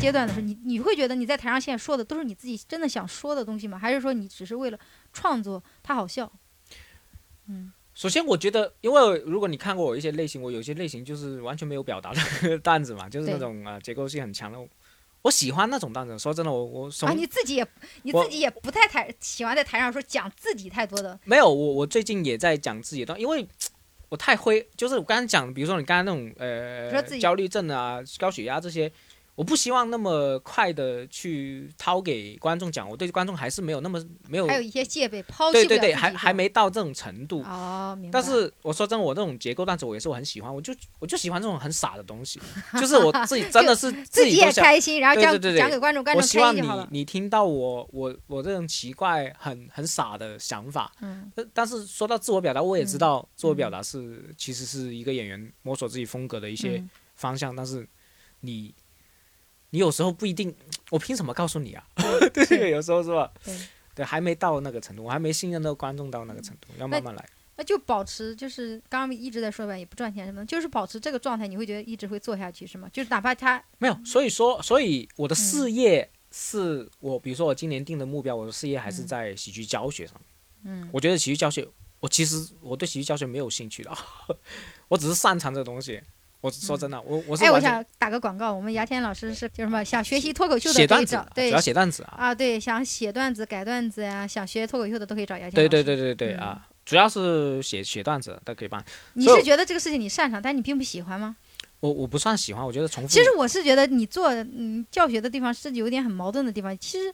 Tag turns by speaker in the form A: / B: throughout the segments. A: 阶段的时候，你你会觉得你在台上现在说的都是你自己真的想说的东西吗？还是说你只是为了创作它好笑？嗯，
B: 首先，我觉得，因为如果你看过我一些类型，我有些类型就是完全没有表达的 段子嘛，就是那
A: 对
B: 种啊结构性很强的。我喜欢那种段子。说真的，我我从、
A: 啊，你自己也你
B: 我
A: 自己也不太台喜欢在台上说讲自己太多的，
B: 没有我我最近也在讲自己的段，因为我太灰，就是我刚刚讲，比如说你刚刚那种
A: 你说
B: 呃
A: 自己
B: 焦虑症啊、高血压这些，我不希望那么快的去掏给观众讲，我对观众还是没有那么没有
A: 还有一些戒备，抛弃
B: 对
A: 不
B: 对
A: 了
B: 对，
A: 自己
B: 还
A: 是
B: 还
A: 吧
B: 没到这种程度。
A: 哦，明白。
B: 但是我说真的，我这种结构段子我也是我很喜欢，我就我就喜欢这种很傻的 东西，就是我自己真的是
A: 自
B: 己
A: 己
B: 都
A: 也
B: 想。
A: 开心，然后
B: 对
A: 讲
B: 对对对
A: 讲给观众，观
B: 我
A: 众
B: 希
A: 开
B: 望
A: 心
B: 你
A: 就好了。
B: 你听到我我我这种奇怪很很傻的想法，
A: 嗯，
B: 但但是说到自我表达，我也知
A: 嗯
B: 道自我表达是、其实是一个演员摸索自己风格的一些
A: 嗯
B: 方向，但是你你有时候不一定，我凭什么告诉你啊？ 对，有时候是吧？
A: 对
B: 还没到那个程度，我还没信任那个观众到那个程度，要慢慢来。
A: 那就保持就是刚刚一直在说吧，也不赚钱什么的，就是保持这个状态，你会觉得一直会做下去是吗？就是哪怕他
B: 没有，所以说，所以我
A: 嗯
B: 的事业是我，比如说我今年定的目标，我的事业还是
A: 嗯
B: 在喜剧教学上。
A: 嗯
B: 我觉得喜剧教学，我其实我对喜剧教学没有兴趣的， 我只是擅长这个东西。我说真的，我我是
A: 哎，我
B: 完全
A: 想打个广告，我们牙签老师是就是什么想学习脱口秀的
B: 写
A: 可
B: 段
A: 以
B: 子
A: 找
B: 啊，主
A: 对
B: 要写段子啊。
A: 啊对，想写段子、改段子呀，想学脱口秀的都可以找牙签。
B: 对对，对对对
A: 嗯
B: 啊，主要是写写段子都可以办。
A: 你
B: 所以嗯
A: 是觉得这个事情你擅长，但你并不喜欢吗？
B: 我我不算喜欢，我觉得重复。
A: 其实我是觉得你做嗯教学的地方是有点很矛盾的地方。其实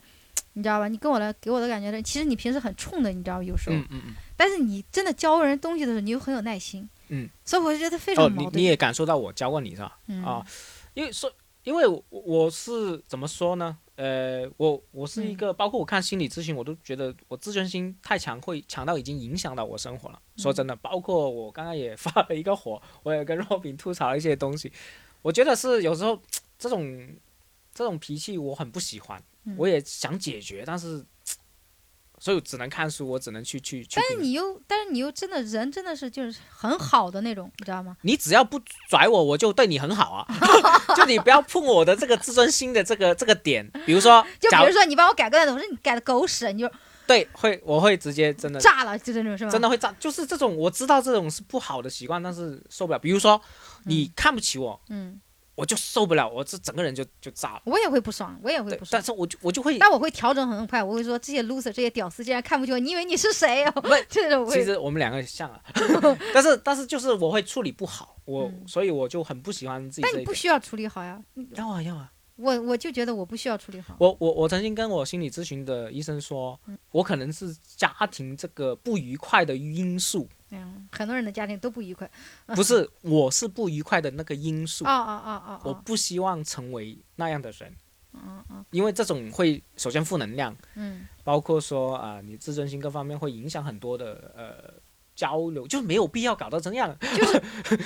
A: 你知道吧，你跟我来给我的感觉是，其实你平时很冲的，你知道有时候，
B: 嗯嗯嗯。
A: 但是你真的教人东西的时候，你又很有耐心。
B: 嗯，
A: 所以我就觉得非常
B: 哦，你
A: 矛
B: 你
A: 盾。
B: 也感受到我教过你是吧？
A: 嗯
B: 啊，因为说，因为我我是怎么说呢？呃，我我是
A: 嗯
B: 一个，包括我看心理咨询，我都觉得我自尊心太强，会强到已经影响到我生活了。说
A: 嗯
B: 真的，包括我刚刚也 发了一个火，我也跟若饼吐槽了一些东西，我觉得是有时候这种这种脾气我很不喜欢，
A: 嗯
B: 我也想解决，但是所以我只能看书，我只能去去去。
A: 但是你又，但是你又真的人真的是就是很好的那种，你知道吗？
B: 你只要不拽我，我就对你很好啊。 就你不要碰我的这个自尊心的这个这个点，比如说，
A: 就比
B: 假
A: 如
B: 如
A: 说你帮我改个段子，我说你改的狗屎，你就
B: 对，会我会直接真的
A: 炸了，就这种是吧？
B: 真的会炸，就是这种我知道这种是不好的习惯，但是受不了。比如说你看不起我，
A: 嗯，
B: 我就受不了，我这整个人就就炸了。
A: 我也会不爽，我也会
B: 对
A: 不，爽
B: 但。是我就我就会，
A: 但我会调整很快，我会说这些 loser 这些屌丝竟然看不起我，你以为你是谁哦？
B: 不
A: 这种我
B: 其
A: 也
B: 实我们两个像 啊，但是但是就是我会处理不好，我、
A: 嗯
B: 所以我就很不喜欢自己
A: 但
B: 这
A: 你
B: 一
A: 不
B: 点。
A: 需要处理好呀，
B: 要啊要啊，
A: 我我就觉得我不需要处理好。
B: 我我我曾经跟我心理咨询的医生说，
A: 嗯
B: 我可能是家庭这个不愉快的因素，
A: 嗯，很多人的家庭都不愉快。
B: 不是我是不愉快的那个因素
A: 嗯哦，哦哦哦
B: 我
A: 哦，
B: 不希望成为那样的人，
A: 嗯嗯
B: 因为这种会首先负能量，
A: 嗯
B: 包括说啊、你自尊心各方面会影响很多的呃交流，就是没有必要搞到这样。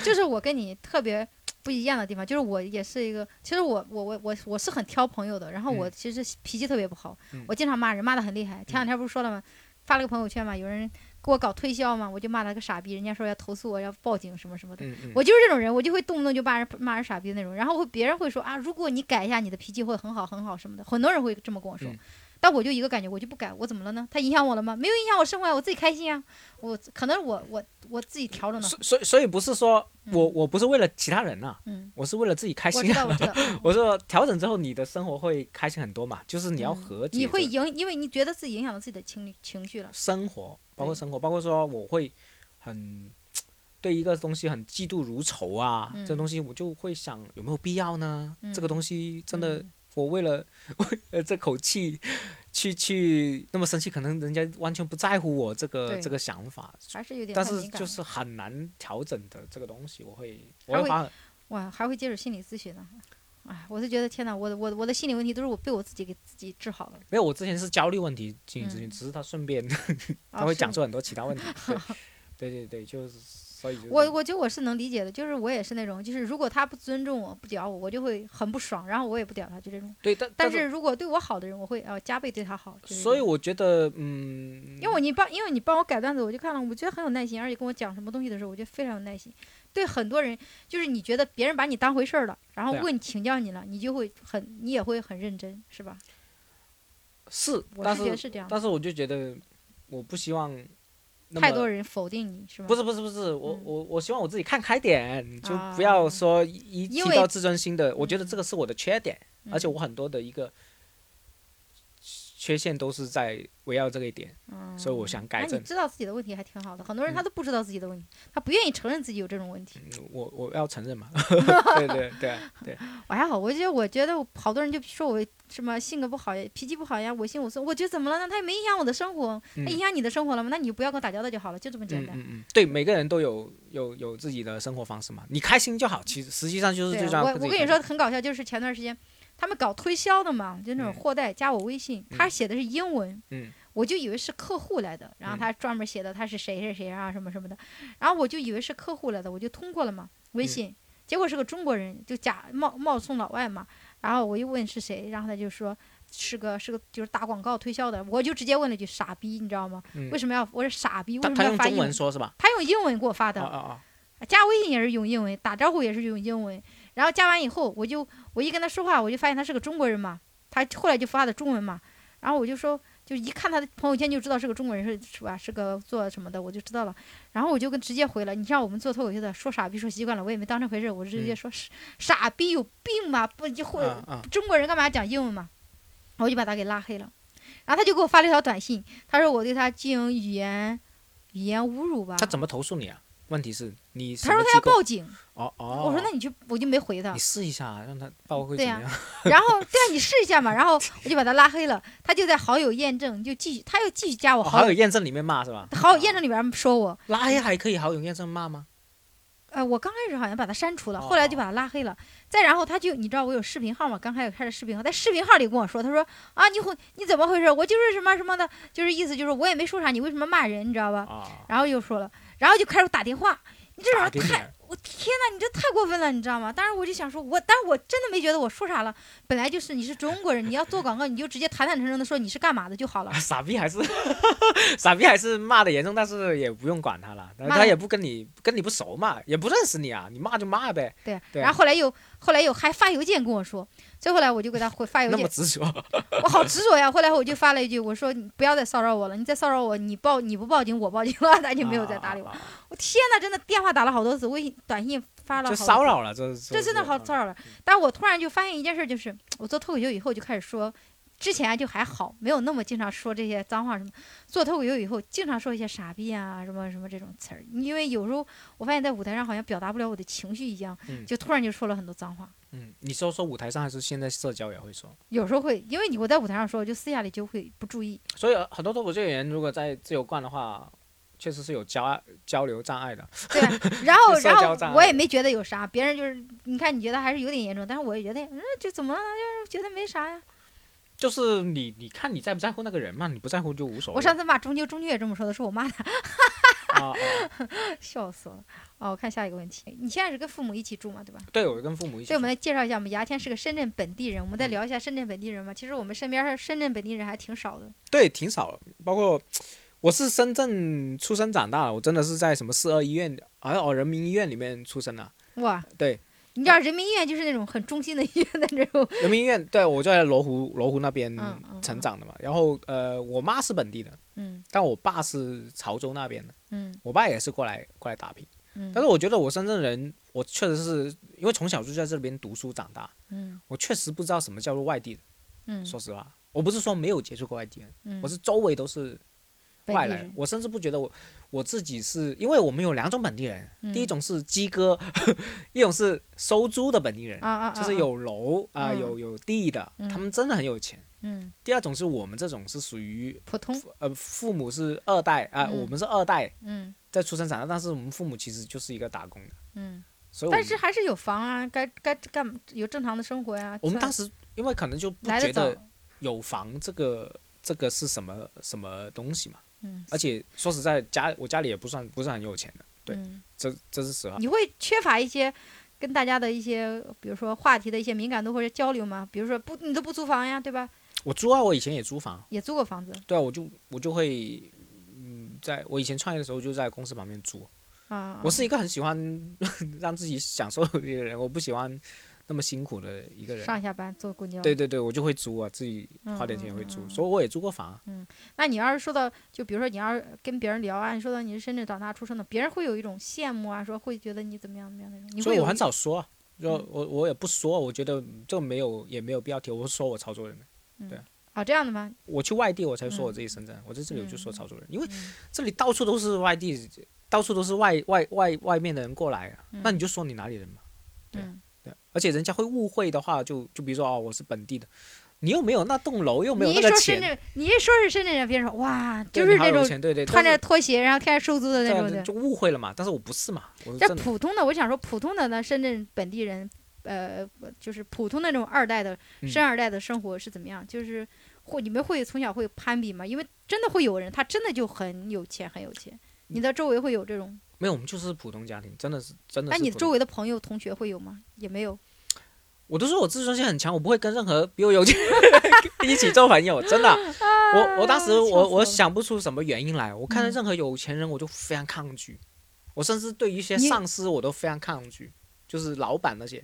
A: 就是我跟你特别不一样的地方，就是我也是一个，其实我我我我我是很挑朋友的，然后我
B: 嗯
A: 其实脾气特别不好，
B: 嗯
A: 我经常骂人，骂的很厉害。前两天不是说了吗？发了个朋友圈嘛，有人给我搞推销嘛，我就骂他个傻逼，人家说要投诉我，要报警什么什么的。
B: 嗯嗯，
A: 我就是这种人，我就会动不动就骂人骂人傻逼的那种。然后会别人会说啊，如果你改一下，你的脾气会很好很好什么的。很多人会这么跟我说，
B: 嗯
A: 但我就一个感觉，我就不改，我怎么了呢？他影响我了吗？没有影响我生活呀，我自己开心啊。我可能我我我自己调整的，
B: 所所以所以不是说我
A: 嗯
B: 我不是为了其他人啊，
A: 嗯，
B: 我是为了自己开
A: 我
B: 心
A: 知
B: 啊。
A: 道 我知道，
B: 我说调整之后，你的生活会开心很多嘛，就是你要
A: 嗯
B: 和解这个、
A: 你会影，因为你觉得自己影响了自己的情情绪了。
B: 生活，包括
A: 对
B: 生活，包括说我会很对一个东西很嫉妒如仇啊，
A: 嗯
B: 这东西我就会想有没有必要呢？这个
A: 嗯
B: 东西真的，
A: 嗯
B: 我为了 为了这口气去去那么生气，可能人家完全不在乎我这个
A: 对
B: 这个想法，
A: 还是有点
B: 但
A: 太
B: 是
A: 敏感
B: 就
A: 了
B: 是很难调整的这个东西，我会
A: 还
B: 我
A: 会
B: 会发
A: 哇，还会接受心理咨询呢。哎，我是觉得天哪，我的我的我的心理问题都是我被我自己给自己治好了。
B: 没有，我之前是焦虑问题进行咨询，
A: 嗯
B: 只是他顺便
A: 啊
B: 他会
A: 是
B: 讲
A: 你
B: 出很多其他问题， 对对对对，就是所以就是
A: 我我觉得我是能理解的，就是我也是那种，就是如果他不尊重我、不屌我，我就会很不爽，然后我也不屌他，就这种。
B: 对，但
A: 但
B: 是
A: 是如果对我好的人，我会呃加倍对他好。就是这
B: 所以
A: 种
B: 我觉得，嗯，
A: 因为你帮，因为你帮我改段子，我就看了，我觉得很有耐心，而且跟我讲什么东西的时候，我觉得非常有耐心。对很多人，就是你觉得别人把你当回事儿了，然后
B: 对啊
A: 问请教你了，你就会很，你也会很认真，是吧？
B: 是，
A: 我
B: 但
A: 是觉得
B: 是
A: 是这样的，
B: 但是我就觉得我不希望那
A: 太
B: 么
A: 多人否定你是吧？
B: 不是不是不是，我、
A: 嗯
B: 我我希望我自己看开点，就
A: 啊
B: 不要说一一提
A: 因为
B: 到自尊心的，我觉得这个是我的缺点，
A: 嗯，
B: 而且我很多的一个缺陷都是在围绕这个一点，
A: 嗯，
B: 所以我想改
A: 哎
B: 正
A: 你知道自己的问题还挺好的，很多人他都不知道自己的问题，他不愿意承认自己有这种问题。
B: 嗯我我要承 认嘛，对对对啊对，
A: 我还哎好，我觉得我觉得我好多人就说我什么性格不好呀，脾气不好呀，我行我素。我觉得怎么了呢？他也没影响我的生活，他
B: 嗯
A: 影响你的生活了吗？那你就不要跟我打交道就好了，就这么简
B: 嗯
A: 单。
B: 嗯嗯，对，每个人都有有有自己的生活方式嘛，你开心就好，其实实际上就是
A: 对
B: 最
A: 啊
B: 重要。
A: 我我跟你说，很搞笑，就是前段时间他们搞推销的嘛，就那种
B: 嗯
A: 货代加我微信，他写的是英文，
B: 嗯
A: 我就以为是客户来的，然后
B: 嗯
A: 他专门写的他是谁谁谁啊什么什么的，然后我就以为是客户来的，我就通过了嘛微
B: 嗯
A: 信，结果是个中国人，就假冒冒充老外嘛，然后我一问是谁，然后他就说。是个是个就是打广告推销的，我就直接问了句傻逼，你知道吗？
B: 嗯
A: 为什么要我说傻逼？为什
B: 他
A: 么
B: 他
A: 要
B: 用
A: 发
B: 中
A: 英
B: 文
A: 文？
B: 说是吧？
A: 他用英文给我发的
B: 啊，啊啊，
A: 加微信也是用英文，打招呼也是用英文。然后加完以后，我就我一跟他说话，我就发现他是个中国人嘛，他后来就发的中文嘛。然后我就说，就一看他的朋友圈就知道是个中国人是是吧？是个做什么的，我就知道了。然后我就跟直接回了，你像我们做脱口秀的说傻逼说习惯了，我也没当成回事，我直接
B: 嗯
A: 说、傻傻逼有病吧？不就会、
B: 啊啊，
A: 中国人干嘛讲英文嘛？我就把他给拉黑了。然后他就给我发了一条短信，他说我对他进行语言语言侮辱吧。
B: 他怎么投诉你啊？问题是你什
A: 他说
B: 么
A: 他
B: 机
A: 要
B: 构
A: 报警。
B: 哦哦，
A: 我说那你去，我就没回他
B: 你。试一下，让他报会
A: 对
B: 怎
A: 呀
B: 么
A: 然
B: 样？
A: 后对啊，你试一下嘛。然后我就把他拉黑了，他就在好友验证就继续，他又继续加我
B: 哦
A: 好
B: 好
A: 友，
B: 友啊验证里面骂是吧？
A: 好友验证里边说我，
B: 拉黑还可以好友验证骂 吗？
A: 呃，我刚开始好像把他删除了，
B: 哦
A: 后来就把他拉黑了。再然后他就，你知道我有视频号嘛？刚开始开始视频号，在视频号里跟我说，他说啊，你会你怎么回事？我就是什么什么的，就是意思就是我也没说啥，你为什么骂人？你知道吧？
B: 啊，
A: 然后又说了，然后就开始打电话，你这
B: 打
A: 人
B: 给你
A: 太，我天哪，你这太过分了，你知道吗？当时我就想说，我，但是我真的没觉得我说啥了，本来就是你是中国人，你要做广告，你就直接坦坦诚诚的说你是干嘛的就好了。
B: 傻逼还是 傻逼还是骂的严重，但是也不用管他了，
A: 骂
B: 他也不跟你跟你不熟嘛，也不认识你啊，你骂就骂呗，
A: 对，
B: 对
A: 然后后来又后来又还发邮件跟我说，最后来我就给他回发邮
B: 那么
A: 件，
B: 执着，
A: 我好执着呀。后来我就发了一句，我说你不要再骚扰我了，你再骚扰我，你报你不报警我报警了， 他就没有再搭理我。
B: 啊，啊啊
A: 我天哪，真的电话打了好多次，微信短信发了
B: 就
A: 好多
B: 骚
A: 次
B: 扰了，这
A: 这真的好
B: 嗯
A: 骚扰了。但我突然就发现一件事，就是我做脱口秀以后就开始说，之前啊就还好，没有那么经常说这些脏话什么。做脱口秀以后，经常说一些傻逼啊什么什么这种词儿，因为有时候我发现在舞台上好像表达不了我的情绪一样，
B: 嗯
A: 就突然就说了很多脏话。
B: 嗯，你说说舞台上还是现在社交也会说，
A: 有时候会，因为你我在舞台上说，我就私下里就会不注意。
B: 所以很多脱口秀演员如果在自由惯的话，确实是有交交流障碍的，
A: 对啊，然后
B: 社交
A: 然
B: 障
A: 后
B: 碍
A: 我也没觉得有啥，别人就是你看你觉得还是有点严重，但是我也觉得，嗯，这怎么了呢？就是觉得没啥呀。
B: 就是你你看你在不在乎那个人嘛，你不在乎就无所谓。
A: 我上次骂中秋，中秋也这么说的，是我妈
B: 啊啊，
A: 笑死了！哦，我看下一个问题，你现在是跟父母一起住嘛，对吧？
B: 对我跟父母一起
A: 对，
B: 住，
A: 我们来介绍一下，我们牙签是个深圳本地人，我们再
B: 嗯
A: 聊一下深圳本地人嘛。其实我们身边儿深圳本地人还挺少的，
B: 对挺少的，包括我是深圳出生长大的，我真的是在什么四二医院，好像哦人民医院里面出生的。
A: 哇！
B: 呃对，
A: 你知道人民医院就是那种很中心的医院的那种，
B: 人民医院，对我就在罗湖罗湖那边
A: 嗯嗯
B: 成长的嘛。然后呃，我妈是本地的，
A: 嗯
B: 但我爸是潮州那边的，
A: 嗯
B: 我爸也是过来过来打拼。
A: 嗯，
B: 但是我觉得我深圳人，我确实是因为从小就在这边读书长大，
A: 嗯
B: 我确实不知道什么叫做外地人。
A: 嗯
B: 说实话，我不是说没有接触过外地人，
A: 嗯，
B: 我是周围都是
A: 本
B: 外
A: 地
B: 来人
A: 人，，
B: 我甚至不觉得我我自己是因为我们有两种本地人，
A: 嗯
B: 第一种是鸡哥， 一种是收租的本地人，
A: 啊啊，啊
B: 就是，有楼啊、
A: 嗯
B: 有有地的，
A: 嗯
B: 他们真的很有钱。
A: 嗯，
B: 第二种是我们这种是属于
A: 普通，
B: 呃父母是二代啊、
A: 嗯
B: 我们是二代
A: 嗯
B: 在出生长大，但是我们父母其实就是一个打工的，
A: 嗯，
B: 所以我
A: 但
B: 们
A: 是还是有房啊，该该干有正常的生活呀。
B: 我们
A: 算
B: 当时因为可能就不
A: 来
B: 觉
A: 得早
B: 得，有房这个这个是什么什么东西嘛，
A: 嗯
B: 而且说实在家我家里也不算不是很有钱的，呃对
A: 嗯，
B: 这这是实话。
A: 你会缺乏一些跟大家的一些，比如说话题的一些敏感度或者交流吗？比如说不，你都不租房呀，对吧？
B: 我租啊，我以前也租房，
A: 也租过房子，
B: 对啊，我就我就会，嗯，在我以前创业的时候就在公司旁边租，
A: 啊，
B: 我是一个很喜欢 让自己享受的一个人，我不喜欢那么辛苦的一个人。
A: 上下班坐公交。
B: 对对对，我就会租啊，自己花点钱也会
A: 嗯
B: 租，所以我也租过房。啊
A: 那你要是说到，就比如说你要是跟别人聊啊，你说到你是深圳长大出生的，别人会有一种羡慕啊，说会觉得你怎么样怎么样那种。你
B: 所
A: 会
B: 以
A: 有
B: 我很
A: 一
B: 少说啊，就
A: 嗯
B: 我我也不说，我觉得这没有也没有必要提，我说我潮州人。
A: 啊这样的吗？
B: 我去外地我才说
A: 嗯
B: 我自己深圳，我在这里我就说
A: 嗯
B: 潮州人，因为
A: 嗯
B: 这里到处都是外地，到处都是外外外外面的人过来啊，那你就说你哪里人嘛。对
A: 嗯
B: 对，而且人家会误会的话，就就比如说哦，我是本地的，你又没有那栋楼，又没有
A: 你一
B: 那个
A: 说深
B: 钱，
A: 圳，你一说是深圳人，别人说哇，
B: 对
A: 就是
B: 你还
A: 那
B: 有
A: 种
B: 钱，对对，
A: 穿
B: 但
A: 着
B: 是
A: 拖鞋然后天天收租的
B: 对
A: 那
B: 啊
A: 种的。
B: 就误会了嘛。但是我不是嘛，我是
A: 这
B: 真的
A: 普通的，我想说普通的呢，深圳本地人，呃，就是普通的那种二代的、
B: 嗯
A: 深二代的生活是怎么样？就是会你们会从小会攀比吗？因为真的会有人，他真的就很有钱，很有
B: 嗯
A: 钱。你的周围会有这种？
B: 没有，我们就是普通家庭，真的是真的
A: 那
B: 是普通。
A: 你的周围的朋友、同学会有吗？也没有。
B: 我都说我自尊心很强，我不会跟任何比我有钱 一起做朋友，真的。我我当时
A: 啊笑死我
B: 我
A: 了
B: 我想不出什么原因来，我看到
A: 嗯
B: 任何有钱人我就非常抗拒，我甚至对于一些
A: 你
B: 上司我都非常抗拒，就是老板那些，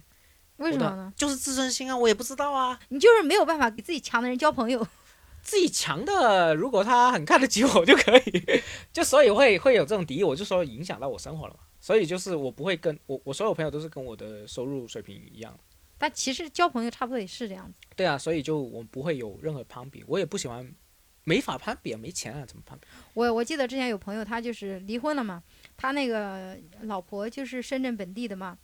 A: 为什
B: 我
A: 么
B: 的
A: 呢？
B: 就是自尊心啊，我也不知道啊。
A: 你就是没有办法给自己强的人交朋友。
B: 自己强的，如果他很看得起我就可以， 就所以会会有这种敌意，我就说影响到我生活了嘛。所以就是我不会跟我我所有朋友都是跟我的收入水平一样，
A: 但其实交朋友差不多也是这样子。
B: 对啊，所以就我不会有任何攀比，我也不喜欢，没法攀比啊，没钱啊，怎么攀比？
A: 我我记得之前有朋友，他就是离婚了嘛，他那个老婆就是深圳本地的嘛，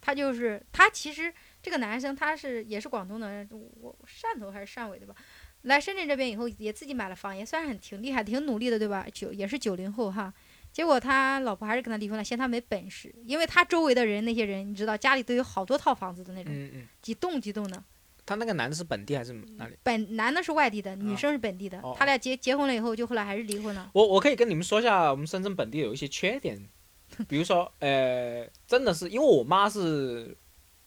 A: 他就是他其实这个男生他是也是广东的，我汕头还是汕尾的吧，来深圳这边以后也自己买了房，也算是很挺厉害、挺努力的，对吧？九也是九零后哈。结果他老婆还是跟他离婚了，嫌他没本事，因为他周围的人那些人，你知道家里都有好多套房子的那种，
B: 嗯嗯，
A: 几栋几栋的。
B: 他那个男的是本地还是哪里？
A: 本男的是外地的，女
B: 啊
A: 生是本地的，
B: 哦
A: 他俩结结婚了以后，就后来还是离婚了。
B: 我我可以跟你们说一下，我们深圳本地有一些缺点，比如说，呃，真的是因为我妈是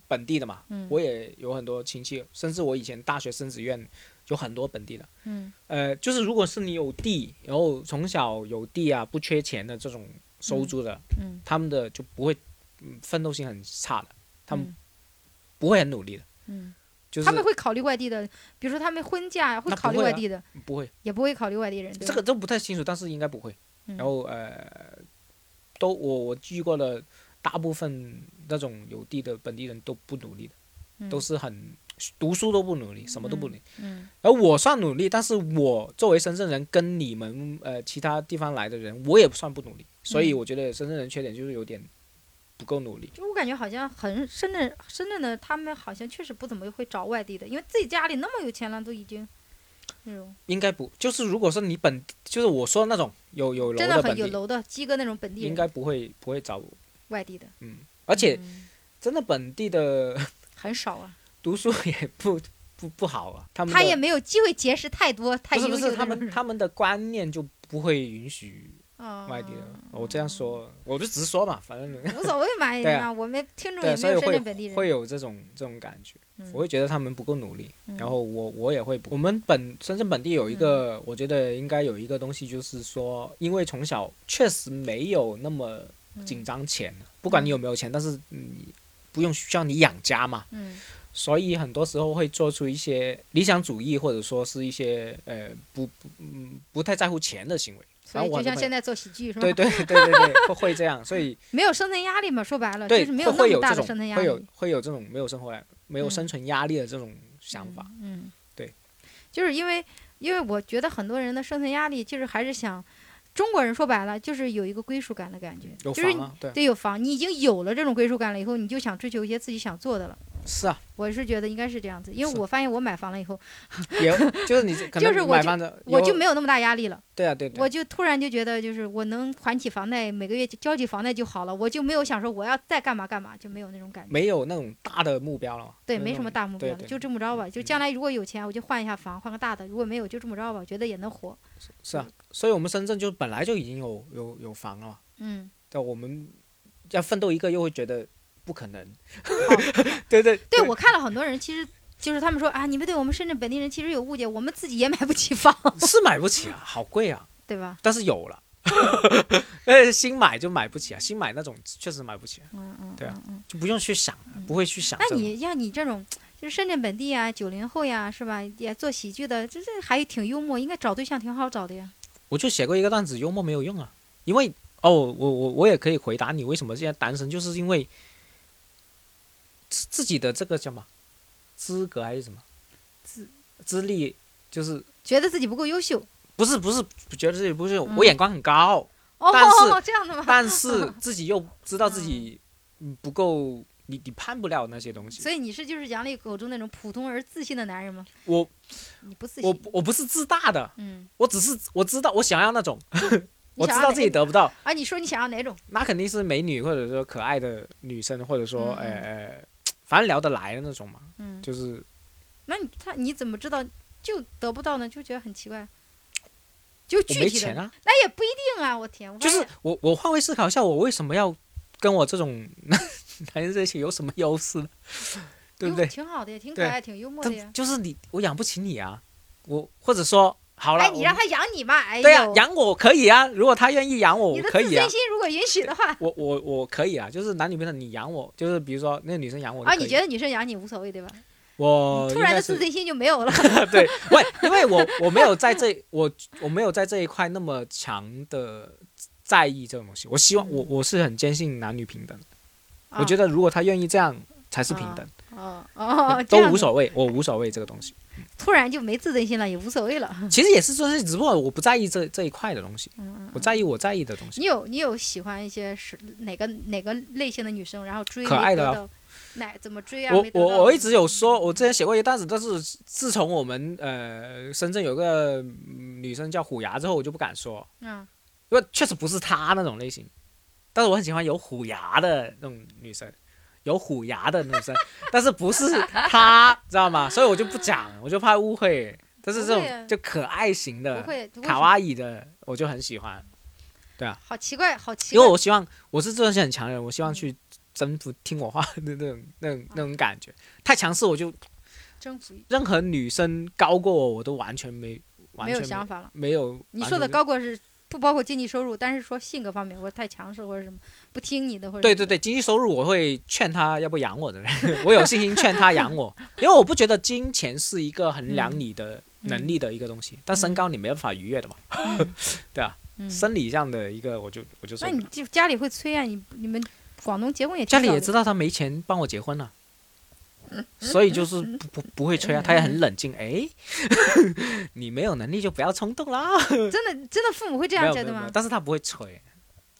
B: 本地的嘛，
A: 嗯，
B: 我也有很多亲戚，甚至我以前大学生子院有很多本地的。
A: 嗯
B: 呃，就是如果是你有地，然后从小有地啊，不缺钱的这种收租的，
A: 嗯
B: 他们的就不会，嗯，奋斗性很差的，他们
A: 嗯
B: 不会很努力的，
A: 嗯
B: 就是
A: 他们会考虑外地的，比如说他们婚嫁呀，会
B: 那不
A: 考虑
B: 会
A: 外
B: 啊
A: 地的，
B: 不会。
A: 也不会考虑外地人。对
B: 这
A: 吧
B: 个都不太清楚，但是应该不会。
A: 嗯
B: 然后呃，都我我遇过的大部分那种有地的本地人都不努力的，都是很读书都不努力，什么都不努力。
A: 嗯
B: 而我算努力，但是我作为深圳人，跟你们呃其他地方来的人，我也算不努力。所以
A: 嗯
B: 我觉得深圳人缺点就是有点不够努力。
A: 就我感觉好像很深圳，深圳的他们好像确实不怎么会找外地的，因为自己家里那么有钱了，都已经那种
B: 应该不就是如果是你本就是我说的那种有有楼
A: 真的
B: 本
A: 很有
B: 地，
A: 楼的鸡哥那种本地
B: 应
A: 人，
B: 该不会不会找
A: 外地的，
B: 嗯，而且
A: 嗯
B: 真的本地的。
A: 很少啊，
B: 读书 也不不不好啊，他们的
A: 他也没有机会结识太多太
B: 不
A: 优
B: 是不
A: 秀
B: 是
A: 的
B: 他们
A: 人
B: 他们的观念就不会允许
A: 啊
B: 外地人。我这样说，我就直说嘛，反正
A: 无所谓 嘛，
B: 对啊
A: 那我们听众
B: 对
A: 也
B: 啊，
A: 没
B: 所以
A: 有深
B: 会
A: 圳本地人，
B: 会有这种这种感觉，
A: 嗯
B: 我会觉得他们不够努力，
A: 嗯
B: 然后我我也会不，我们本深圳本地有一个，我觉得应该有一个东西，就是说，因为从小确实没有那么
A: 嗯
B: 紧张钱，不管你有没有钱，但是你不用需要你养家嘛，
A: 嗯
B: 所以很多时候会做出一些理想主义，或者说是一些呃不不嗯不太在乎钱的行为。
A: 所
B: 然后
A: 以
B: 我
A: 就像
B: 很多朋友
A: 现在做喜剧是吧？
B: 对对对对对，会会这样，所以
A: 没有生存压力嘛，说白了嗯就
B: 对
A: 是没有
B: 会会
A: 那么
B: 有
A: 大
B: 这
A: 的
B: 种
A: 生存压
B: 会有
A: 力
B: 会有这种没有生活压没有
A: 嗯
B: 生存压力的这种想法。
A: 嗯，嗯
B: 对，
A: 就是因为因为我觉得很多人的生存压力就是还是想，中国人说白了就是有一个归属感的感觉，
B: 有
A: 就是
B: 房
A: 你
B: 啊，对，
A: 对有房，你已经有了这种归属感了以后，你就想追求一些自己想做的了。
B: 是啊，
A: 我是觉得应该是这样子，因为
B: 是
A: 我发现我买房了以后，
B: 也就是你可
A: 就是
B: 能
A: 我
B: 买
A: 就
B: 房的，
A: 我就
B: 有
A: 没有那么大压力了，
B: 对啊对对，
A: 我就突然就觉得就是我能还起房贷，每个月交起房贷就好了，我就没有想说我要再干嘛干嘛，就没有那种感觉。
B: 没有那种大的目标了嘛。
A: 对，
B: 就
A: 没
B: 那
A: 什么
B: 种
A: 大目标
B: 对
A: 的，
B: 对
A: 就这么着吧。就
B: 嗯
A: 将来如果有钱，我就换一下房，换个大的；如果没有，就这么着吧。我觉得也能活。
B: 是啊，所以我们深圳就本来就已经有有有房了嘛，
A: 嗯，
B: 但我们要奋斗一个，又会觉得不可能。 对对
A: 哦对我看了很多人，其实就是他们说啊，你们对我们深圳 本地人其实有误解，我们自己也买不起房，
B: 是买不起啊，好贵啊，
A: 对吧？
B: 但是有了， 而且新买就买不起啊，新买那种确实买不起啊，
A: 嗯嗯，
B: 对啊
A: 嗯，嗯
B: 就不用去想，不会去想这
A: 那
B: 种。
A: 你像你这种就是深圳本地啊，九零后呀，是吧？也做喜剧的，这这还挺幽默，应该找对象挺好找的呀。
B: 我就写过一个段子，幽默没有用啊，因为哦，我我我也可以回答你为什么现在单身，就是因为自自己的这个叫什么资格还是什么
A: 自
B: 资历，就是
A: 觉得自己不够优秀，
B: 不是不是觉得自己不是
A: 嗯
B: 我眼光很 高，
A: 哦，
B: 但是
A: 这样的吗？
B: 但是自己又知道自己嗯不够，你你攀不了那些东西。
A: 所以你是就是杨笠口中那种普通而自信的男人吗？
B: 我
A: 你不自
B: 我
A: 信，
B: 我不是自大的，
A: 嗯，
B: 我只是我知道我想要那种，
A: 你
B: 我知
A: 想要
B: 道
A: 哪
B: 自己得不到，
A: 啊？你说你想要哪种？
B: 那肯定是美女或者说可爱的女生，或者说
A: 嗯
B: 呃呃，反正聊得来的那种嘛，
A: 嗯，
B: 就是
A: 那你他你怎么知道就得不到呢？就觉得很奇怪，就
B: 我
A: 具
B: 没
A: 体
B: 钱
A: 的
B: 啊，
A: 那也不一定啊！我天，我
B: 就
A: 发
B: 是
A: 现
B: 我我换位思考一下，我为什么要跟我这种男 人在一起有什么优势呢？对不
A: 哟
B: 对？
A: 挺好的呀，挺可
B: 对
A: 爱，挺幽默的
B: 他
A: 呀。
B: 就是你，我养不起你啊，我或者说好了，
A: 哎，你
B: 我
A: 让他养你嘛？哎呦，
B: 对啊，养我可以啊，如果他愿意养我，
A: 你
B: 我
A: 的
B: 可
A: 自
B: 以啊
A: 尊，心如果允许的话，
B: 我我我可以啊，就是男女平等，你养我，就是比如说那个女生养我就
A: 啊，
B: 可
A: 你
B: 以
A: 觉得女生养你无所谓对吧？
B: 我
A: 突
B: 应
A: 然
B: 该
A: 的
B: 是
A: 自尊心就没有了。
B: 对，喂，因为我我没有在这我我没有在这一块那么强的在意这种东西。我希望
A: 嗯
B: 我我是很坚信男女平等，我觉
A: 得
B: 得如果他愿意这样才是平等，
A: 哦哦，这
B: 都
A: 样
B: 无
A: 子
B: 所谓，我无所谓这个东西。
A: 突然就没自尊心了，也无所谓了。
B: 其实也是说，只不过我不在意这这一块的东西，
A: 嗯嗯，嗯
B: 我在意我在意的东西。
A: 你有你有喜欢一些是哪个哪个类型的女生，然后追
B: 可
A: 没
B: 爱
A: 得
B: 的啊
A: 到，哪怎么追啊？
B: 我
A: 没得到
B: 我我一直有说，我之前写过一个段子，但是自从我们呃深圳有个嗯女生叫虎牙之后，我就不敢说。
A: 嗯
B: 因为确实不是她那种类型，但是我很喜欢有虎牙的那种女生，有虎牙的女生，但是不是她， 知道吗？所以我就不讲，我就怕误会。但是这
A: 不会啊
B: 种就可爱型
A: 不
B: 的、
A: 会不会
B: 呃卡哇伊的，我就很喜欢，
A: 好奇怪，好奇
B: 因
A: 怪
B: 为。我希望我是自尊心很强的人，我希
A: 嗯
B: 望去征服听我话的那种、那种、那种感觉。太强势，我就
A: 征服欲
B: 任何女生高过我，我都完全没完
A: 没
B: 全
A: 有想法了。
B: 没有。
A: 你说的
B: 完全
A: 高过是不包括经济收入，但是说性格方面，或者太强势或者什么不听你的，或者
B: 对
A: 什
B: 对
A: 么
B: 对，经济收入我会劝他，要不养我的， 我有信心劝他养我， 因为我不觉得金钱是一个衡量你的能力的一个东西，但身高你没办法逾越的嘛，
A: 的，嗯
B: 对啊，
A: 嗯，
B: 生理上的一个我就我就受
A: 那
B: 不
A: 你
B: 了。
A: 就家里会催啊？你你们广东结婚也挺
B: 家里
A: 早
B: 也
A: 的
B: 知道他没钱帮我结婚了，
A: 嗯
B: 所以就是不不不会催啊，他也很冷静，哎， 你没有能力就不要冲动啦，
A: 真的真的父母会这
B: 没
A: 样
B: 有没
A: 觉
B: 有
A: 得
B: 没
A: 吗
B: 有，？但是他不会催。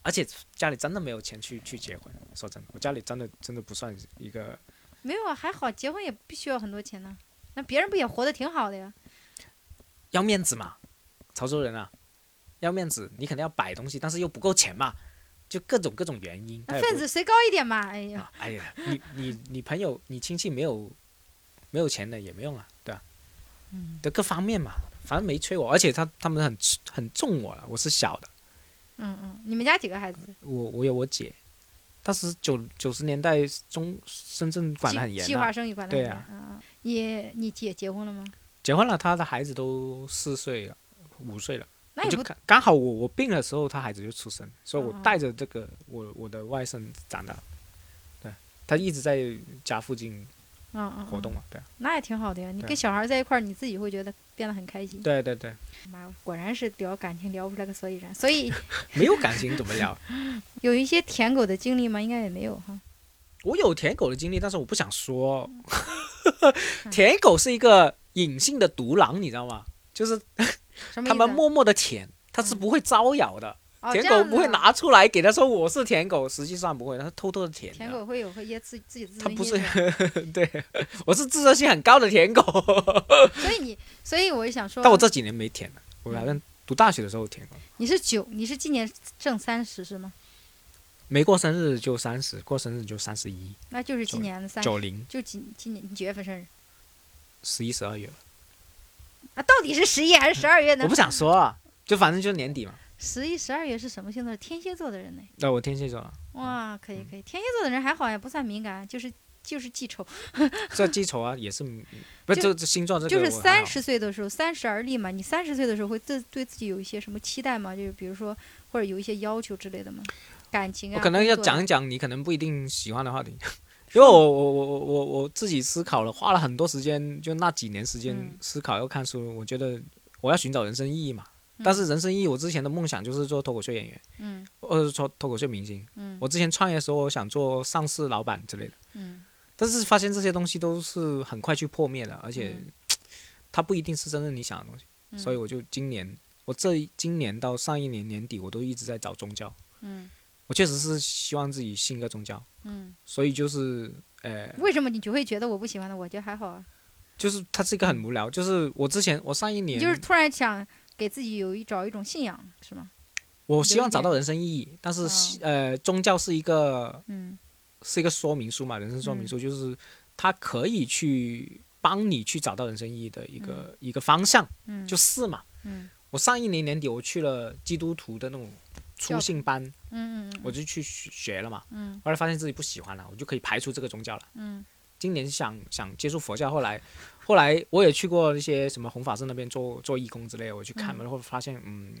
B: 而且家里真的没有钱去去结婚，说真的，我家里真的真的不算一个
A: 没有啊，还好结婚也不需要很多钱呢。那别人不也活得挺好的呀？
B: 要面子嘛，潮州人啊，要面子，你肯定要摆东西，但是又不够钱嘛，就各种各种原因。他
A: 那
B: 也
A: 份
B: 哎不
A: 子谁高一点嘛？哎呀，
B: 啊，哎呀，你你你朋友、你亲戚没有没有钱的也没用啊，对吧、
A: 嗯
B: 的各方面嘛，反正没催我，而且他他们很很重我了，我是小的，
A: 嗯嗯，你们家几个孩子？
B: 我我有我姐，当时九九十年代中深圳管得很
A: 计计
B: 严、
A: 划
B: 啊，
A: 生育管得很
B: 对
A: 严。
B: 啊
A: 嗯嗯你你姐结婚了吗？
B: 结婚了，他的孩子都四岁了，五岁了。
A: 那
B: 我
A: 也
B: 就
A: 不
B: 刚刚好我我病的时候，他孩子就出生，所以我
A: 哦
B: 带着这个我我的外甥长大，对，他一直在家附近
A: 嗯嗯
B: 活动
A: 嗯，
B: 嘛，对啊
A: 那也挺好的呀。你
B: 对
A: 跟小孩在一块儿，你自己会觉得变得很开心。
B: 对对对，
A: 妈，果然是聊感情聊不出来个所以然。所 以
B: 没有感情怎么聊？
A: 有一些舔狗的经历吗？应该也没有哈。
B: 我有舔狗的经历，但是我不想说，
A: 嗯
B: 舔狗是一个隐性的独狼，你知道吗？就是
A: 什么意
B: 他
A: 思啊？
B: 们默默的舔，他是不会招摇的，
A: 哦
B: 舔
A: 这
B: 狗
A: 样
B: 不会
A: 子啊
B: 拿出来给他说我是舔狗，实际上不会，他偷偷的舔的。
A: 舔狗会有会也自自己的自
B: 他
A: 尊
B: 不
A: 心
B: 是
A: 的。
B: 对，我是自尊心很高的舔狗。
A: 所以你，所以我就想说，
B: 但我这几年没填了，我好像读大学的时候填过，
A: 你是九，你是今年正三十是吗？
B: 没过生日就三十，过生日就三十一，
A: 那就是今
B: 九
A: 年的三十，
B: 九零
A: 就今今年你几月份生日
B: 十一十二月了，
A: 啊？到底是十一还是十二月呢
B: 我不？想说啊，就反正就年底嘛。
A: 十一、十二月是什么星座？天蝎座的人呢？
B: 那、我天 蝎座啊，
A: 哇，可以
B: 嗯
A: 可以，天蝎座的人还好呀，不算敏感，就是就是记仇，
B: 这记仇啊也是，不
A: 就
B: 这这星座这个
A: 就是
B: 我还好
A: 三十岁的时候，三十而立嘛。你三十岁的时候会自对自己有一些什么期待吗？就是比如说或者有一些要求之类的吗？感情啊，
B: 我可能
A: 工
B: 要
A: 作啊
B: 讲一讲你可能不一定喜欢的话题， 因为我我我我我我自己思考了，花了很多时间，就那几年时间
A: 嗯
B: 思考要看书，我觉得我要寻找人生意义嘛。但是人生意义，我之前的梦想就是做脱口秀演员，
A: 嗯
B: 或者是做脱口秀明星。
A: 嗯
B: 我之前创业的时候，我想做上市老板之类的，
A: 嗯
B: 但是发现这些东西都是很快去破灭的，而且
A: 嗯
B: 它不一定是真正你想的东西。
A: 嗯，
B: 所以我就今年，我这一今年到上一年年底，我都一直在找宗教。
A: 嗯
B: 我确实是希望自己信个宗教，
A: 嗯，
B: 所以就是呃，
A: 为什么你就会觉得我不喜欢呢？我觉得还好啊，
B: 就是它是一个很无聊，就是我之前我上一
A: 你
B: 年，
A: 就是突然想给自己有一找一种信仰是吗？
B: 我希望找到人生意义，但是希、呃，宗教是一个
A: 嗯
B: 是一个说明书嘛，人生说明书、就是它可以去帮你去找到人生意义的一个、一个方向，
A: 嗯，
B: 就是嘛。
A: 嗯
B: 我上一年年底我去了基督徒的那种初信班，
A: 嗯嗯
B: 我就去学学了嘛，
A: 嗯
B: 后来发现自己不喜欢了，我就可以排除这个宗教了。
A: 嗯
B: 今年想想接触佛教，后来后来我也去过一些什么弘法寺那边做做义工之类的，我去看嘛，然后发现嗯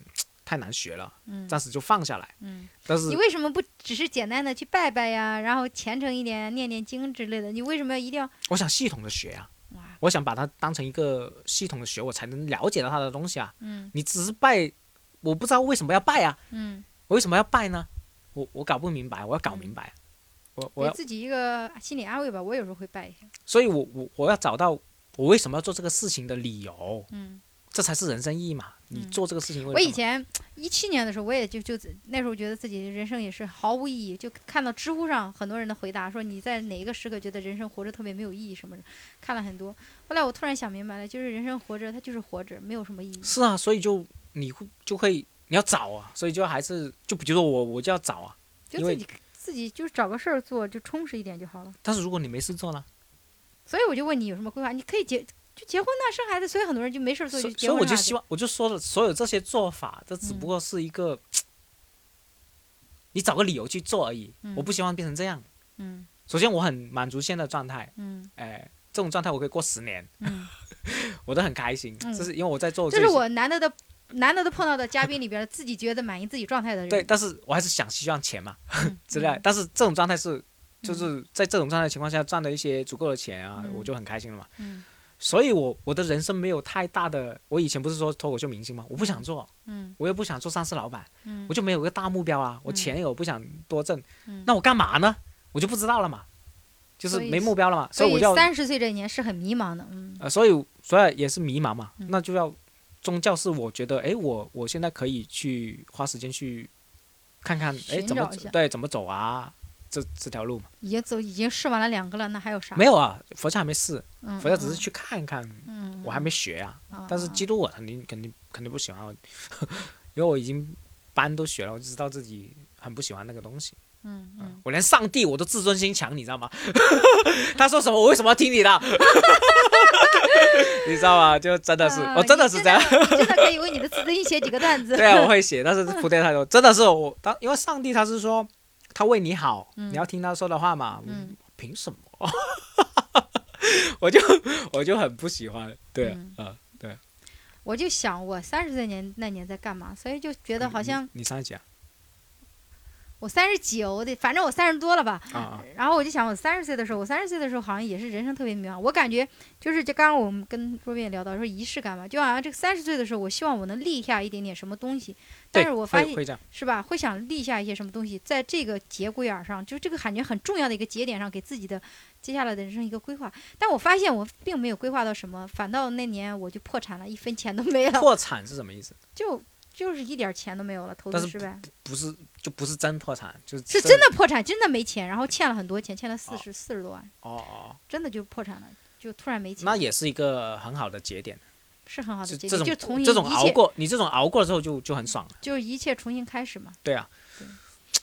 B: 太难学了，
A: 嗯
B: 暂时就放下来。
A: 嗯，
B: 但
A: 你
B: 是
A: 为什么不只是简单的去拜拜呀，然后虔诚一点，念念经之类的？你为什么要一定要
B: 我想系统的学啊
A: 哇，
B: 我想把它当成一个系统的学，我才能了解到它的东西啊。
A: 嗯
B: 你只是拜，我不知道为什么要拜啊，
A: 嗯，
B: 我为什么要拜呢？我我搞不明白，我要搞明白，啊我我
A: 给
B: 要，
A: 自己一个心理安慰吧？我有时候会拜一下，
B: 所以我我我要找到我为什么要做这个事情的理由，
A: 嗯。
B: 这才是人生意义嘛。你
A: 嗯
B: 做这个事情为
A: 我
B: 了什
A: 以
B: 么？
A: 前一七年的时候，我也就就那时候觉得自己人生也是毫无意义，就看到知乎上很多人的回答，说你在哪一个时刻觉得人生活着特别没有意义什么的，看了很多。后来我突然想明白了，就是人生活着它就是活着，没有什么意义。
B: 是啊，所以就你会就会你要找啊，所以就还是就比如说我我就要找啊，
A: 就
B: 因
A: 自
B: 为
A: 己自己就是找个事儿做，就充实一点就好了。
B: 但是如果你没事做呢，
A: 所以我就问你有什么规划？你可以结就结婚呐、生孩子。所以很多人就没事儿做
B: 所
A: 就
B: 以
A: 结
B: 所以
A: 婚
B: 我
A: 了。
B: 就希望我就说了，所有这些做法，这
A: 嗯
B: 只不过是一个、你找个理由去做而已。
A: 嗯
B: 我不希望变成这样。
A: 嗯
B: 首先，我很满足现在的状态，
A: 嗯
B: 哎、这种状态我可以过十年，
A: 嗯，
B: 我都很开心。
A: 嗯
B: 这是因为 我在做，
A: 这是我难得的难得的碰到的嘉宾里边儿，自己觉得满意自己状态的人。
B: 对，但是我还是想希望钱嘛
A: 嗯
B: 之类的。但是这种状态是，就是在这种状态的情况下赚了一些足够的钱啊，
A: 嗯
B: 我就很开心了嘛。
A: 嗯
B: 所以我我的人生没有太大的，我以前不是说脱口秀明星吗？我不想做，
A: 嗯
B: 我又不想做上市老板，
A: 嗯
B: 我就没有个大目标啊，我钱也我不想多挣，
A: 嗯
B: 那我干嘛呢？我就不知道了嘛，就是
A: 所以
B: 没目标了嘛，
A: 所
B: 所以我
A: 以
B: 就要
A: 三十岁这一年是很迷茫的，嗯
B: 呃，所以所以也是迷茫嘛，
A: 嗯
B: 那就要宗教是我觉得，哎，我我现在可以去花时间去看看，哎，
A: 寻
B: 怎么
A: 找一下
B: 对怎么走啊？这这条路嘛，
A: 已经走已经试完了两个了，那还有啥？
B: 没有啊，佛教还没试，
A: 嗯，
B: 佛教只是
A: 嗯，
B: 去看一看，
A: 嗯，
B: 我还没学啊，
A: 嗯，
B: 但是
A: 嗯
B: 基督我肯定肯定肯定不喜欢我， 因为我已经班都学了，我就知道自己很不喜欢那个东西。
A: 嗯嗯，
B: 我连上帝我都自尊心强，你知道吗？ 他说什么我为什么要听你的？ 你知道吗？就真的是，
A: 啊
B: 我真的是这样。
A: 你真的你真的可以为你的自尊写几个段子。
B: 对啊，我会写，但是不对太多。真的是我当，因为上帝他是说他为你好，
A: 嗯
B: 你要听他说的话嘛。
A: 嗯，
B: 凭什么？ 我就我就很不喜欢，对啊
A: 嗯，
B: 啊
A: 我就想我三十岁年那年在干嘛，所以就觉得好像
B: 你你上一集啊
A: 我三十几，哦我得反正我三十多了吧。
B: 啊啊，
A: 然后我就想，我三十岁的时候，我三十岁的时候好像也是人生特别迷茫。我感觉就是，就刚刚我们跟若斌也聊到说仪式感嘛，就好像这个三十岁的时候，我希望我能立下一点点什么东西，但
B: 对，
A: 是我发现
B: 会会这样。
A: 是吧？会想立下一些什么东西，在这个节骨眼儿上，就是这个感觉很重要的一个节点上，给自己的接下来的人生一个规划。但我发现我并没有规划到什么，反倒那年我就破产了，一分钱都没有，
B: 破产是什么意思？
A: 就就是一点儿钱都没有了，投资
B: 但是
A: 失败，
B: 不是就不是真破产，就是
A: 是真的破产，真的没钱，然后欠了很多钱，欠了四十四十多万，
B: 哦哦，
A: 真的就破产了，就突然没钱，
B: 那也是一个很好的节点。
A: 是很好的
B: 这
A: 结
B: 这
A: 局，啊就
B: 种
A: 从一
B: 这种
A: 一
B: 熬
A: 切
B: 过，你这种熬过了之后就就很爽了，
A: 就是一切重新开始嘛。
B: 对啊
A: 对。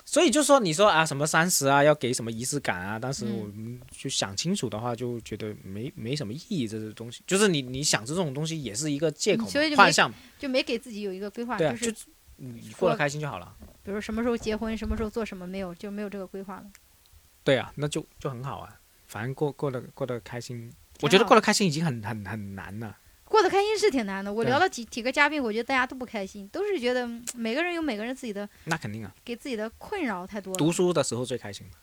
B: 所以就说你说啊什么三十啊要给什么仪式感啊，但是
A: 嗯
B: 我们就想清楚的话，就觉得没没什么意义。这些东西就是你你想这种东西也是一个借口嘛
A: 所以就没
B: 幻象嘛，
A: 就没给自己有一个规划，
B: 对啊，
A: 就是
B: 就你过得开心就好了。
A: 比如什么时候结婚，什么时候做什么，没有就没有这个规划了。
B: 对啊，那就就很好啊，反正过过得过得开心，我
A: 挺
B: 觉得
A: 好
B: 过得开心已经很很很难了。
A: 过得开心是挺难的。我
B: 对
A: 聊了几几个嘉宾，我觉得大家都不开心，都是觉得嗯每个人有每个人自己的
B: 那肯定啊，
A: 给自己的困扰太多了。
B: 读书的时候最开心嘛，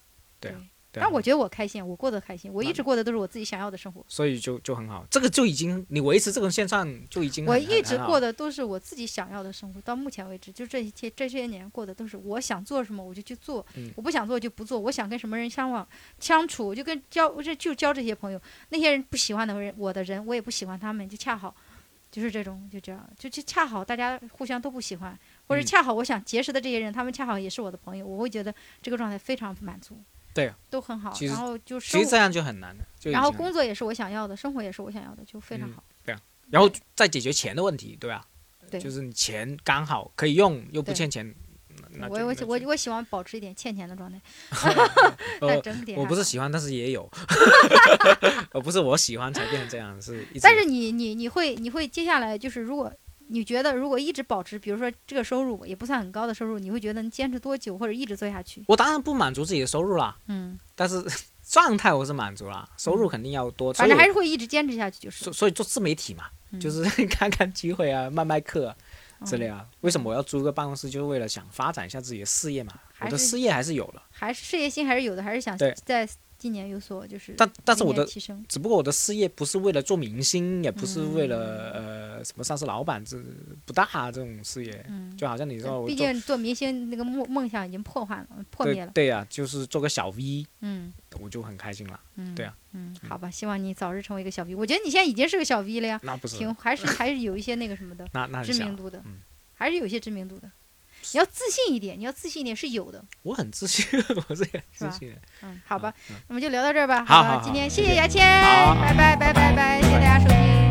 B: 对啊，对啊
A: 但我觉得我开心，我过得开心，我一
B: 那
A: 直过的都是我自己想要的生活。
B: 所以就就很好，这个就已经你维持这种现状就已经
A: 我
B: 很
A: 一直过
B: 的，
A: 的都是我自己想要的生活，到目前为止，就这些这些年过的都是我想做什么我就去做，
B: 嗯
A: 我不想做就不做，我想跟什么人相往相处，我就跟交我这就交这些朋友，那些人不喜欢的人我的人，我也不喜欢他们，就恰好就是这种就这样，就就恰好大家互相都不喜欢，或者
B: 嗯
A: 恰好我想结识的这些人，他们恰好也是我的朋友，我会觉得这个状态非常满足，
B: 对啊，
A: 都很好，
B: 其实
A: 然后就
B: 其
A: 生
B: 实这
A: 活，
B: 样就很难了，就已
A: 然后
B: 经很
A: 工作也是我想要的，生活也是我想要的，就非常
B: 嗯
A: 好，
B: 然后再解决钱的问题，对吧？
A: 对
B: 就是你钱刚好可以用，又不
A: 对
B: 欠钱，那
A: 我
B: 就
A: 我
B: 那就
A: 我我喜欢保持一点欠钱的状 态。但
B: 呃，
A: 整体啊
B: 我
A: 还
B: 不是
A: 好，
B: 喜欢，但是也 有，呃，不是我喜欢才变成这样，是一直
A: 但是你你你会你会接下来就是，如果你觉得如果一直保持，比如说这个收入也不算很高的收入，你会觉得能坚持多久，或者一直做下去？
B: 我当然不满足自己的收入啦，
A: 嗯，
B: 但是 状态我是满足啦，收入
A: 嗯
B: 肯定要多，
A: 反正还
B: 所以
A: 是会一直坚持下去，就是
B: 所所以做自媒体嘛，就、是 看看机会啊，卖卖课啊
A: 嗯
B: 之类
A: 嗯
B: 啊。为什么我要租个办公室，就是为了想发展一下自己的事业嘛，
A: 还
B: 我的
A: 是
B: 事业还是有了，
A: 还是事业心还是有的，还是想
B: 对
A: 在今年有所就是
B: 但但是我
A: 明年
B: 的
A: 提升，
B: 只不过我的事业不是为了做明星，也不是为了、
A: 嗯
B: 呃什么上市老板这不大啊这种事业，
A: 嗯，
B: 就好像你
A: 对
B: 说我
A: 毕
B: 做
A: 竟做明星那个梦梦想已经破坏了，破
B: 对
A: 灭了，
B: 对呀、就是做个小 V，
A: 嗯
B: 我就很开心了。
A: 嗯，
B: 对啊，
A: 嗯，
B: 嗯
A: 好吧，希望你早日成为一个小 V，我觉得你现在已经是个小 V 了呀，
B: 那不是
A: 挺还是还是有一些那个什么 的。
B: 那那
A: 知
B: 是想
A: 名度的，
B: 嗯
A: 还是有些知名度的。你要自信一点，你要自信一点是有的，
B: 我很自信， 我是很
A: 是吧
B: 自信的。
A: 嗯，好吧，
B: 嗯
A: 那么就聊到这儿吧，
B: 好
A: 吧，
B: 好好
A: 今天
B: 好
A: 谢谢牙签，
B: 好好
A: 拜拜拜拜拜，谢谢大家收听。